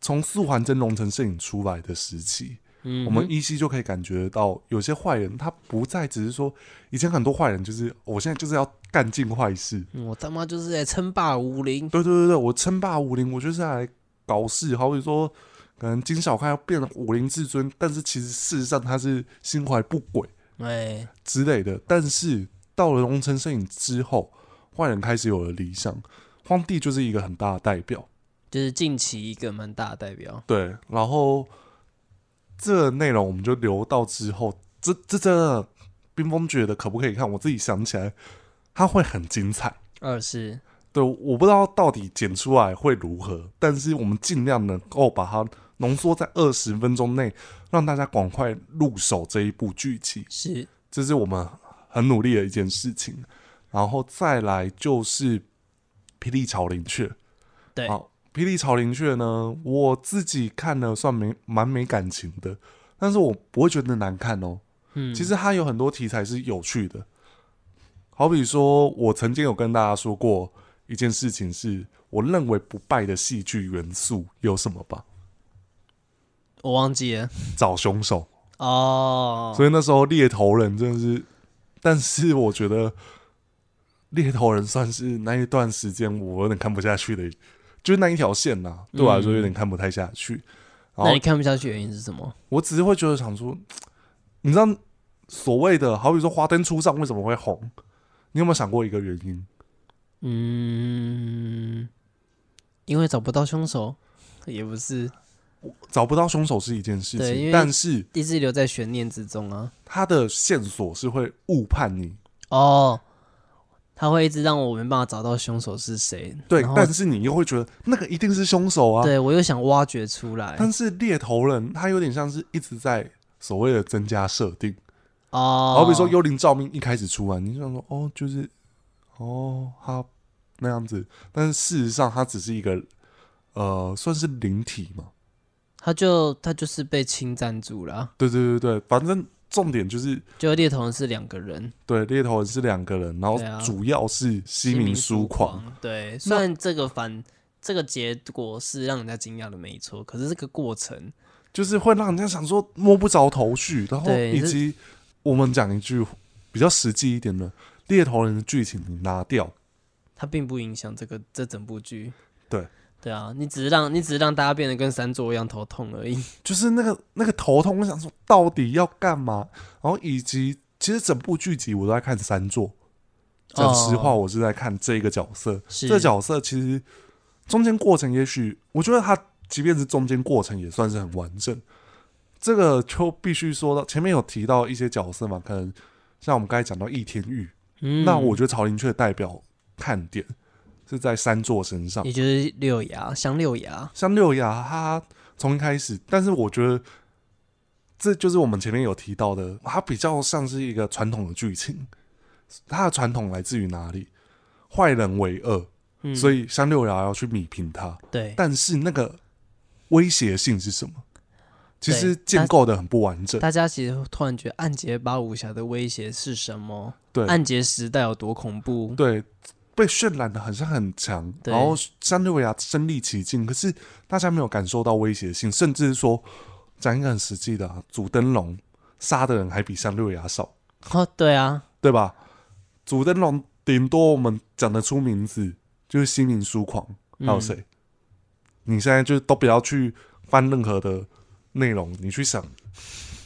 [SPEAKER 1] 从《素还真》龙城摄影出来的时期，
[SPEAKER 2] 嗯哼，
[SPEAKER 1] 我们依稀就可以感觉到，有些坏人他不再只是说，以前很多坏人就是我现在就是要干尽坏事，
[SPEAKER 2] 嗯我他妈就是在称霸武林，
[SPEAKER 1] 对对对对，我称霸武林，我就是来搞事，好比说。可能金小开要变得武林至尊，但是其实事实上他是心怀不轨
[SPEAKER 2] 哎，
[SPEAKER 1] 之类的。但是到了龙城摄影之后，坏人开始有了理想，荒地就是一个很大的代表。
[SPEAKER 2] 就是近期一个蛮大的代表。
[SPEAKER 1] 对，然后这个内容我们就留到之后。这这这冰封觉得可不可以看？我自己想起来，它会很精彩。
[SPEAKER 2] 二是
[SPEAKER 1] 对，我不知道到底剪出来会如何，但是我们尽量能够把它浓缩在二十分钟内，让大家赶快入手这一部剧集。
[SPEAKER 2] 是
[SPEAKER 1] 这是我们很努力的一件事情。然后再来就是《霹雳朝灵雀》。
[SPEAKER 2] 对
[SPEAKER 1] 好，《霹雳朝灵雀》呢，我自己看了算没蛮没感情的，但是我不会觉得难看哦。
[SPEAKER 2] 嗯
[SPEAKER 1] 其实它有很多题材是有趣的，好比说，我曾经有跟大家说过一件事情是，我认为不败的戏剧元素有什么吧？
[SPEAKER 2] 我忘记了
[SPEAKER 1] 找凶手。
[SPEAKER 2] 哦，
[SPEAKER 1] 所以那时候猎头人真的是，但是我觉得猎头人算是那一段时间我有点看不下去的，就是那一条线呐、
[SPEAKER 2] 嗯
[SPEAKER 1] 对我来说有点看不太下去。然
[SPEAKER 2] 那
[SPEAKER 1] 后
[SPEAKER 2] 你看不下去的原因是什么？
[SPEAKER 1] 我只是会觉得想说，你知道所谓的好比说《花灯初上》为什么会红，你有没有想过一个原因？
[SPEAKER 2] 嗯，因为找不到凶手，也不是
[SPEAKER 1] 找不到凶手是一件事
[SPEAKER 2] 对因
[SPEAKER 1] 情，
[SPEAKER 2] 为
[SPEAKER 1] 但是
[SPEAKER 2] 一直留在悬念之中啊。
[SPEAKER 1] 他的线索是会误判你，
[SPEAKER 2] 哦，他会一直让我没办法找到凶手是谁。
[SPEAKER 1] 对
[SPEAKER 2] 然，后
[SPEAKER 1] 但是你又会觉得那个一定是凶手啊，
[SPEAKER 2] 对我又想挖掘出来。
[SPEAKER 1] 但是猎头人他有点像是一直在所谓的增加设定，
[SPEAKER 2] 哦，
[SPEAKER 1] 好比说《幽灵照命》一开始出来，你就想说哦，就是哦他那样子，但是事实上他只是一个呃算是灵体嘛，
[SPEAKER 2] 他就他就是被侵占住了，
[SPEAKER 1] 对对对对，反正重点就是
[SPEAKER 2] 就猎头人是两个人，
[SPEAKER 1] 对猎头人是两个人，然后
[SPEAKER 2] 对啊
[SPEAKER 1] 主要是西明
[SPEAKER 2] 疏
[SPEAKER 1] 疏狂，。
[SPEAKER 2] 对，虽然这个反这个结果是让人家惊讶的，没错，可是这个过程，
[SPEAKER 1] 就是会让人家想说摸不着头绪，然后
[SPEAKER 2] 对
[SPEAKER 1] 以
[SPEAKER 2] 这
[SPEAKER 1] 及我们讲一句比较实际一点的，猎头人的剧情你拿掉。
[SPEAKER 2] 它并不影响这个这整部剧。
[SPEAKER 1] 对，
[SPEAKER 2] 对啊，你只是让你只是让大家变得跟三座一样头痛而已。
[SPEAKER 1] 就是那个那个头痛，我想说到底要干嘛？然后以及其实整部剧集我都在看三座，讲实话，
[SPEAKER 2] 哦
[SPEAKER 1] 我是在看这个角色。
[SPEAKER 2] 是
[SPEAKER 1] 这个角色其实中间过程，也许我觉得他即便是中间过程也算是很完整。这个就必须说到前面有提到一些角色嘛，可能像我们刚才讲到易天玉，
[SPEAKER 2] 嗯
[SPEAKER 1] 那我觉得曹林雀代表看点是在三座身上。
[SPEAKER 2] 也就是六牙，像六牙，
[SPEAKER 1] 像六牙，它从一开始，但是我觉得这就是我们前面有提到的，它比较像是一个传统的剧情。它的传统来自于哪里？坏人为恶，
[SPEAKER 2] 嗯，
[SPEAKER 1] 所
[SPEAKER 2] 以
[SPEAKER 1] 以像六牙要去米平它。
[SPEAKER 2] 对
[SPEAKER 1] 但是那个威胁性是什么？其实
[SPEAKER 2] 对
[SPEAKER 1] 建构的很不完整。
[SPEAKER 2] 大家其实突然觉得暗杰八武侠的威胁是什么？
[SPEAKER 1] 对
[SPEAKER 2] 暗杰时代有多恐怖？
[SPEAKER 1] 对，被渲染的很像很强，
[SPEAKER 2] 对
[SPEAKER 1] 然后山六牙身临其境，可是大家没有感受到威胁性，甚至说讲一个很实际的、啊，祖登龙杀的人还比山六牙少，
[SPEAKER 2] 哦，对啊，
[SPEAKER 1] 对吧？祖登龙顶多我们讲得出名字，就是西明书狂，还有
[SPEAKER 2] 嗯
[SPEAKER 1] 谁？你现在就都不要去翻任何的内容，你去想。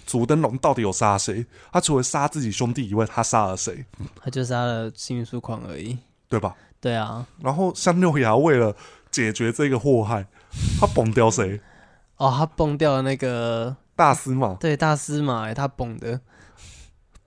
[SPEAKER 1] 祖登龙到底有杀谁？他除了杀自己兄弟以外，他杀了谁？
[SPEAKER 2] 他就杀了幸运书狂而已。
[SPEAKER 1] 对吧？
[SPEAKER 2] 对啊，
[SPEAKER 1] 然后山六牙为了解决这个祸害，他崩掉谁？
[SPEAKER 2] 哦，他崩掉了那个
[SPEAKER 1] 大司马。
[SPEAKER 2] 对大司马耶，欸他崩的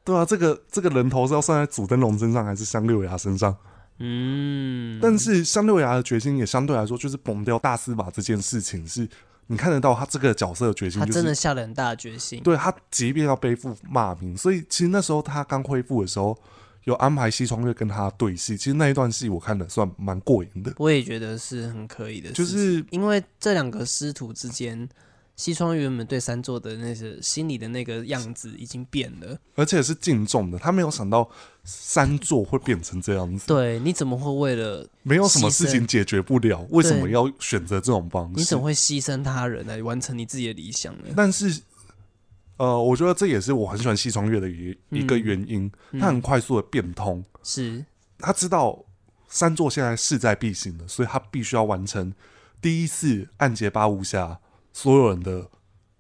[SPEAKER 1] 对啊，这个这个人头是要算在祖登龙身上还是山六牙身上？
[SPEAKER 2] 嗯，
[SPEAKER 1] 但是山六牙的决心也相对来说就是崩掉大司马这件事情是，你看得到他这个角色的决心，
[SPEAKER 2] 他
[SPEAKER 1] 就是
[SPEAKER 2] 真的下了很大的决心。
[SPEAKER 1] 对他即便要背负骂名，所以其实那时候他刚恢复的时候。有安排西窗月跟他对戏，其实那一段戏我看的算蛮过瘾的，
[SPEAKER 2] 我也觉得是很可以的事
[SPEAKER 1] 就
[SPEAKER 2] 情，
[SPEAKER 1] 是
[SPEAKER 2] 因为这两个师徒之间，西窗原本对三座的那些心里的那个样子已经变了。
[SPEAKER 1] 而且是敬重的，他没有想到三座会变成这样子。
[SPEAKER 2] 对，你怎么会为了
[SPEAKER 1] 没有什么事情解决不了，为什么
[SPEAKER 2] 对
[SPEAKER 1] 要选择这种方
[SPEAKER 2] 你
[SPEAKER 1] 式
[SPEAKER 2] 怎么？会牺牲他人来完成你自己的理想呢？
[SPEAKER 1] 但是，呃，我觉得这也是我很喜欢西窗月的一
[SPEAKER 2] 嗯
[SPEAKER 1] 一个原因，他很快速的变通，
[SPEAKER 2] 是
[SPEAKER 1] 他知道三座现在势在必行了，所以他必须要完成第一次暗结八无暇所有人的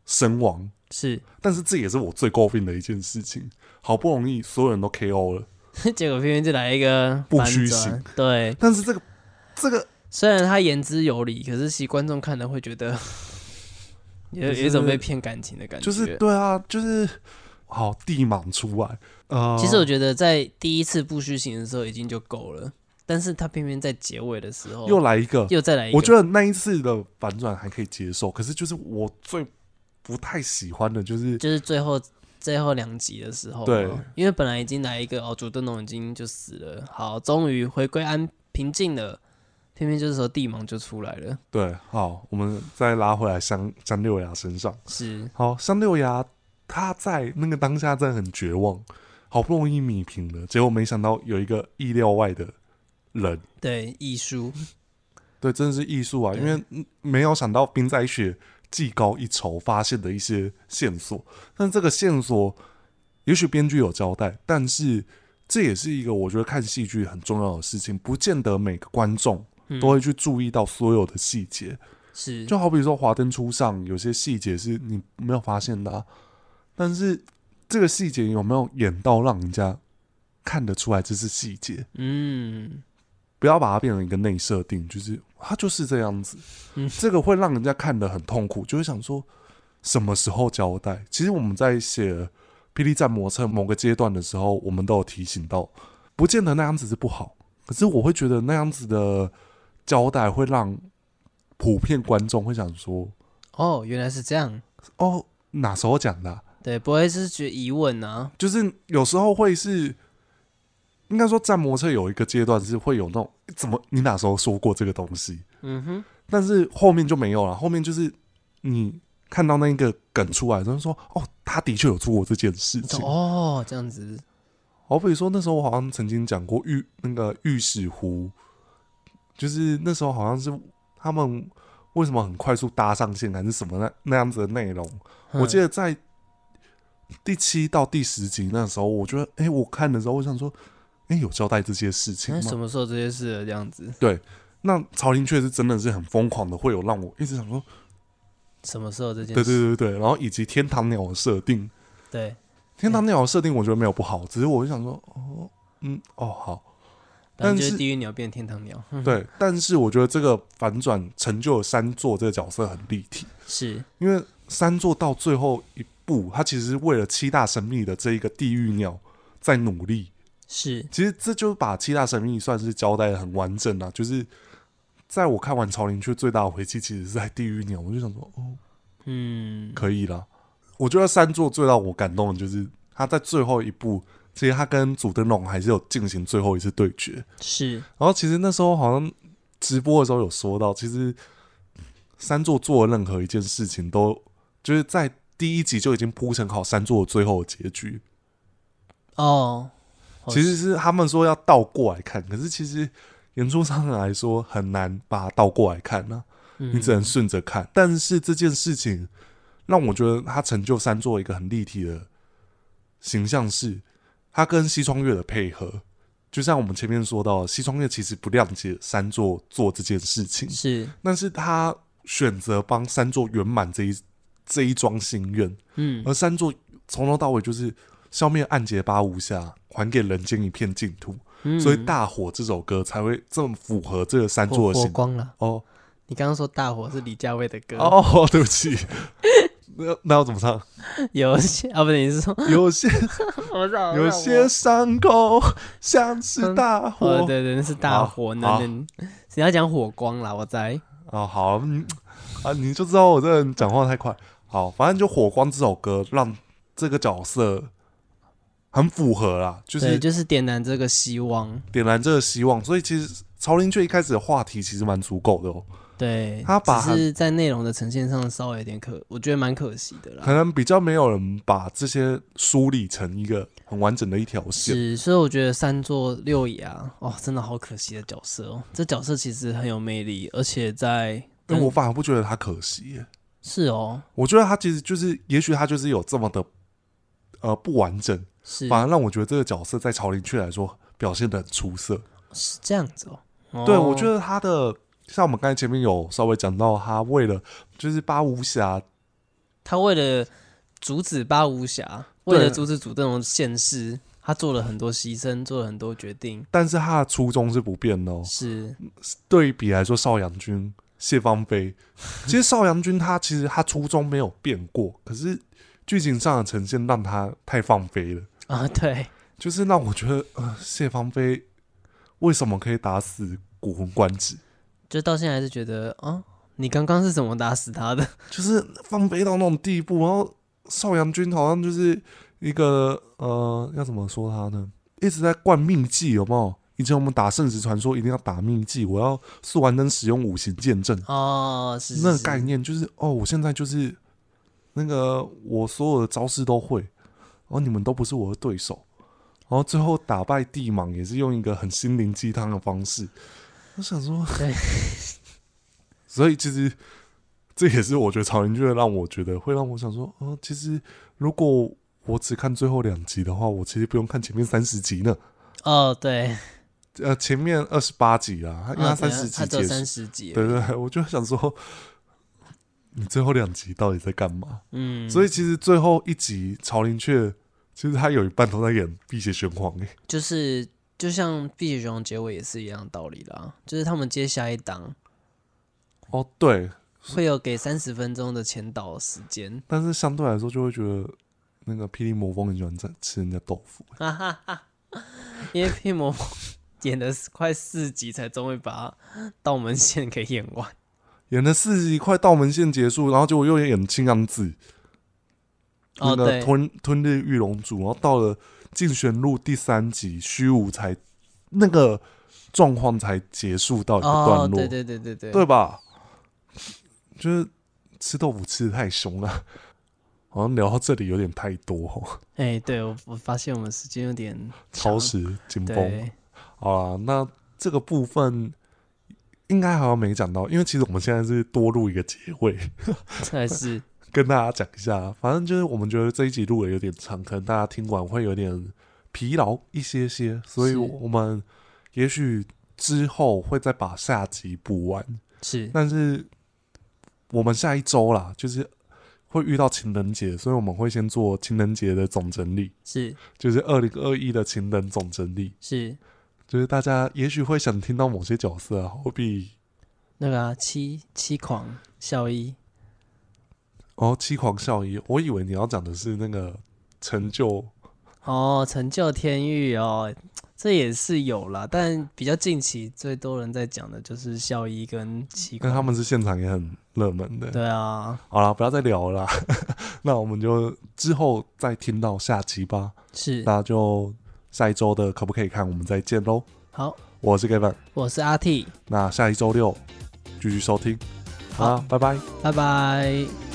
[SPEAKER 1] 身亡。
[SPEAKER 2] 是，
[SPEAKER 1] 但是这也是我最诟病的一件事情，好不容易所有人都 KO 了，
[SPEAKER 2] 结果偏偏就来一个
[SPEAKER 1] 不
[SPEAKER 2] 反
[SPEAKER 1] 虚
[SPEAKER 2] 转
[SPEAKER 1] 行。
[SPEAKER 2] 对，
[SPEAKER 1] 但是这个这个
[SPEAKER 2] 虽然他言之有理，可是其实观众看了会觉得 有
[SPEAKER 1] 就是
[SPEAKER 2] 有一种被骗感情的感觉。
[SPEAKER 1] 就是对啊，就是好地满出来。呃，
[SPEAKER 2] 其实我觉得在第一次不虚行的时候已经就够了，但是他偏偏在结尾的时候
[SPEAKER 1] 又来一个，
[SPEAKER 2] 又再来一个，
[SPEAKER 1] 我觉得那一次的反转还可以接受，可是就是我最不太喜欢的就是
[SPEAKER 2] 就是最后最后两集的时候嘛，
[SPEAKER 1] 对
[SPEAKER 2] 因为本来已经来一个哦，主灯笼已经就死了，好，终于回归安平静了，偏偏就是说地盲就出来了，
[SPEAKER 1] 对，好，我们再拉回来香香六牙身上。
[SPEAKER 2] 是
[SPEAKER 1] 好，香六牙他在那个当下真的很绝望，好不容易米平了，结果没想到有一个意料外的人，
[SPEAKER 2] 对艺术，
[SPEAKER 1] 对，真的是艺术啊，
[SPEAKER 2] 对
[SPEAKER 1] 因为嗯没有想到冰在雪技高一筹发现的一些线索，但这个线索也许编剧有交代，但是这也是一个我觉得看戏剧很重要的事情，不见得每个观众
[SPEAKER 2] 嗯
[SPEAKER 1] 都会去注意到所有的细节，
[SPEAKER 2] 是
[SPEAKER 1] 就好比说《华灯初上》，有些细节是你没有发现的、啊，但是这个细节有没有演到让人家看得出来这是细节？
[SPEAKER 2] 嗯
[SPEAKER 1] 不要把它变成一个内设定，就是它就是这样子。
[SPEAKER 2] 嗯
[SPEAKER 1] 这个会让人家看得很痛苦，就会想说什么时候交代？其实我们在写《霹雳战魔车》某个阶段的时候，我们都有提醒到，不见得那样子是不好，可是我会觉得那样子的交代会让普遍观众会想说，
[SPEAKER 2] 哦，原来是这样，
[SPEAKER 1] 哦，哪时候讲的啊、
[SPEAKER 2] 对，不会是觉得疑问啊，
[SPEAKER 1] 就是有时候会是。应该说，战魔车有一个阶段是会有那种怎么你哪时候说过这个东西？
[SPEAKER 2] 嗯哼，
[SPEAKER 1] 但是后面就没有了，后面就是你看到那个梗出来，然后说哦，他的确有做过这件事
[SPEAKER 2] 你说
[SPEAKER 1] 情。
[SPEAKER 2] 哦这样子，
[SPEAKER 1] 好比说那时候我好像曾经讲过御那个御史湖，就是那时候好像是他们为什么很快速搭上线还是什么那那样子的内容，我记
[SPEAKER 2] 得
[SPEAKER 1] 得在第七到第十集那时候，我觉得哎、诶我看的时候我想说，哎、有交代这些事情
[SPEAKER 2] 那
[SPEAKER 1] 吗？
[SPEAKER 2] 什么时候这些事了这样子，
[SPEAKER 1] 那曹林确实真的是很疯狂的，会有让我一直想说，
[SPEAKER 2] 什么时候这件
[SPEAKER 1] 对
[SPEAKER 2] 事，
[SPEAKER 1] 对对对，然后以及天堂鸟的设定，
[SPEAKER 2] 对
[SPEAKER 1] 天堂那鸟的设定我觉得没有不好，只是我就想说，哦，嗯，哦，好，
[SPEAKER 2] 反
[SPEAKER 1] 但
[SPEAKER 2] 正就是
[SPEAKER 1] 是
[SPEAKER 2] 地狱鸟变天堂鸟，嗯哼
[SPEAKER 1] 对。但是我觉得这个反转成就了三座这个角色很立体，
[SPEAKER 2] 是
[SPEAKER 1] 因为三座到最后一步，他其实是为了七大神秘的这一个地狱鸟在努力，
[SPEAKER 2] 是
[SPEAKER 1] 其实这就是把七大神秘算是交代的很完整了、啊就是在我看完《朝林区》最大的回击，其实是在《地狱鸟》，我就想说，哦，
[SPEAKER 2] 嗯
[SPEAKER 1] 可以啦。我觉得三座最让我感动的就是他在最后一步，其实他跟祖登龙还是有进行最后一次对决。
[SPEAKER 2] 是
[SPEAKER 1] 然后其实那时候好像直播的时候有说到，其实三座做的任何一件事情都就是在第一集就已经铺陈好三座最后的结局。
[SPEAKER 2] 哦，哦
[SPEAKER 1] 其实是他们说要倒过来看，可是其实演出上来说很难把它倒过来看呢、你
[SPEAKER 2] 嗯
[SPEAKER 1] 只能顺着看。但是这件事情让我觉得他成就三做一个很立体的形象是，他跟西窗月的配合。就像我们前面说到的，西窗月其实不谅解三座做这件事情，
[SPEAKER 2] 是
[SPEAKER 1] 但是他选择帮三座圆满这一这一桩心愿，
[SPEAKER 2] 嗯
[SPEAKER 1] 而三座从头到尾就是消灭暗结巴无暇，还给人间一片净土，
[SPEAKER 2] 嗯，
[SPEAKER 1] 所以《大火》这首歌才会这么符合这个三
[SPEAKER 2] 火
[SPEAKER 1] 座的
[SPEAKER 2] 火
[SPEAKER 1] 形
[SPEAKER 2] 光了。
[SPEAKER 1] 哦
[SPEAKER 2] 你刚刚说大火是李佳薇的歌，
[SPEAKER 1] 哦， 对不起，那那要怎么 唱？
[SPEAKER 2] 有些啊，不对，你是说
[SPEAKER 1] 有些
[SPEAKER 2] 我绕
[SPEAKER 1] 有些伤口像是大
[SPEAKER 2] 哦，
[SPEAKER 1] 火
[SPEAKER 2] 对对，那是大
[SPEAKER 1] 好
[SPEAKER 2] 火，那
[SPEAKER 1] 好
[SPEAKER 2] 那你要讲火光啦，我在
[SPEAKER 1] 哦，好嗯啊，你就知道我这人讲话太快。好，反正就《火光》这首歌让这个角色很符合啦，就
[SPEAKER 2] 对，
[SPEAKER 1] 是
[SPEAKER 2] 就是点燃这个希望，
[SPEAKER 1] 点燃这个希望。所以其实曹林却一开始的话题其实蛮足够的哦。
[SPEAKER 2] 对，
[SPEAKER 1] 他把
[SPEAKER 2] 只是在内容的呈现上稍微有点可，我觉得蛮可惜的啊
[SPEAKER 1] 可
[SPEAKER 2] 啦。
[SPEAKER 1] 能比较没有人把这些梳理成一个很完整的一条线。
[SPEAKER 2] 是，所以我觉得三座六牙，哇，真的好可惜的角色哦。这角色其实很有魅力，而且在
[SPEAKER 1] 但我反而不觉得他可惜耶，
[SPEAKER 2] 是哦，
[SPEAKER 1] 我觉得他其实就是，也许他就是有这么的呃不完整，
[SPEAKER 2] 是
[SPEAKER 1] 反而让我觉得这个角色在朝林雀来说表现的很出色。
[SPEAKER 2] 是这样子哦。哦
[SPEAKER 1] 对我觉得他的像我们刚才前面有稍微讲到，他为了就是八无暇，
[SPEAKER 2] 他为了阻止八无暇，为了
[SPEAKER 1] 对
[SPEAKER 2] 阻止主邓荣现世，他做了很多牺牲，做了很多决定。
[SPEAKER 1] 但是他的初衷是不变的哦。
[SPEAKER 2] 是，
[SPEAKER 1] 对比来说，邵阳君、谢芳菲，其实邵阳君他其实他初衷没有变过，可是剧情上的呈现让他太放飞了，
[SPEAKER 2] 啊，对，
[SPEAKER 1] 就是让我觉得，呃，谢芳菲为什么可以打死古魂观止？
[SPEAKER 2] 就到现在还是觉得啊，你刚刚是怎么打死他的？
[SPEAKER 1] 就是放飞到那种地步，然后邵阳君好像就是一个呃，要怎么说他呢？一直在灌秘技，有没有？以前我们打圣石传说一定要打秘技，我要速完灯使用五行剑阵，
[SPEAKER 2] 哦，是是
[SPEAKER 1] 那个
[SPEAKER 2] 是
[SPEAKER 1] 概念就是哦，我现在就是那个我所有的招式都会，然后你们都不是我的对手，然后最后打败帝莽也是用一个很心灵鸡汤的方式。我想说
[SPEAKER 2] 对，
[SPEAKER 1] 所以其实这也是我觉得曹云俊让我觉得会让我想说，哦、其实如果我只看最后两集的话，我其实不用看前面三十集呢。
[SPEAKER 2] 哦，对，
[SPEAKER 1] 呃，前面二十八集啦，因为
[SPEAKER 2] 啊
[SPEAKER 1] 它三
[SPEAKER 2] 对啊
[SPEAKER 1] 十集
[SPEAKER 2] 他只有
[SPEAKER 1] 结束
[SPEAKER 2] 三，十集，
[SPEAKER 1] 对对，对我就想说，你最后两集到底在干嘛？
[SPEAKER 2] 嗯，
[SPEAKER 1] 所以其实最后一集《朝林雀》，其实他有一半都在演辟邪玄黄、欸，
[SPEAKER 2] 就是就像《碧血雄》结尾也是一样的道理啦，就是他们接下一档
[SPEAKER 1] 哦，对，
[SPEAKER 2] 会有给三十分钟的前导时间，
[SPEAKER 1] 但是相对来说就会觉得那个霹雳魔蜂很喜欢在吃人家豆腐、
[SPEAKER 2] 哈哈哈，因为屁魔演了快四集才终于把道门线给演完，
[SPEAKER 1] 演了四集快道门线结束，然后结果又演青阳子，那
[SPEAKER 2] 哦，
[SPEAKER 1] 个
[SPEAKER 2] 对，
[SPEAKER 1] 吞吞日玉龙主，然后到了竞选录第三集虚无才那个状况才结束到一个段落，
[SPEAKER 2] 哦，对对对对对，
[SPEAKER 1] 对吧？就是吃豆腐吃的太凶了，好像聊到这里有点太多、哦，
[SPEAKER 2] 哎，对我我发现我们时间有点
[SPEAKER 1] 超
[SPEAKER 2] 长，
[SPEAKER 1] 时紧绷。
[SPEAKER 2] 对，
[SPEAKER 1] 好啦，那这个部分应该好像没讲到，因为其实我们现在是多录一个结尾，
[SPEAKER 2] 还是
[SPEAKER 1] 跟大家讲一下。反正就是我们觉得这一集录的有点长，可能大家听完会有点疲劳一些些，所以
[SPEAKER 2] 是
[SPEAKER 1] 我们也许之后会再把下集补完。
[SPEAKER 2] 是
[SPEAKER 1] 但是我们下一周啦，就是会遇到情人节，所以我们会先做情人节的总整理，
[SPEAKER 2] 是
[SPEAKER 1] 就是二零二一的情人总整理。
[SPEAKER 2] 是
[SPEAKER 1] 就是大家也许会想听到某些角色、啊，好比
[SPEAKER 2] 那个啊，七七狂校医，
[SPEAKER 1] 哦七狂笑一，我以为你要讲的是那个成就
[SPEAKER 2] 哦，成就天域哦，这也是有啦，但比较近期最多人在讲的就是校医跟奇
[SPEAKER 1] 但
[SPEAKER 2] 怪。
[SPEAKER 1] 他们是现场也很热门的。
[SPEAKER 2] 对啊，
[SPEAKER 1] 好啦，不要再聊了啦， 那我们就之后再听到下期吧。
[SPEAKER 2] 是
[SPEAKER 1] 那就下一周的可不可以看，我们再见喽。
[SPEAKER 2] 好，
[SPEAKER 1] 我是 Gavin，
[SPEAKER 2] 我是阿 T，
[SPEAKER 1] 那下一周六继续收听，好
[SPEAKER 2] 好
[SPEAKER 1] 啦，拜拜。
[SPEAKER 2] 拜拜。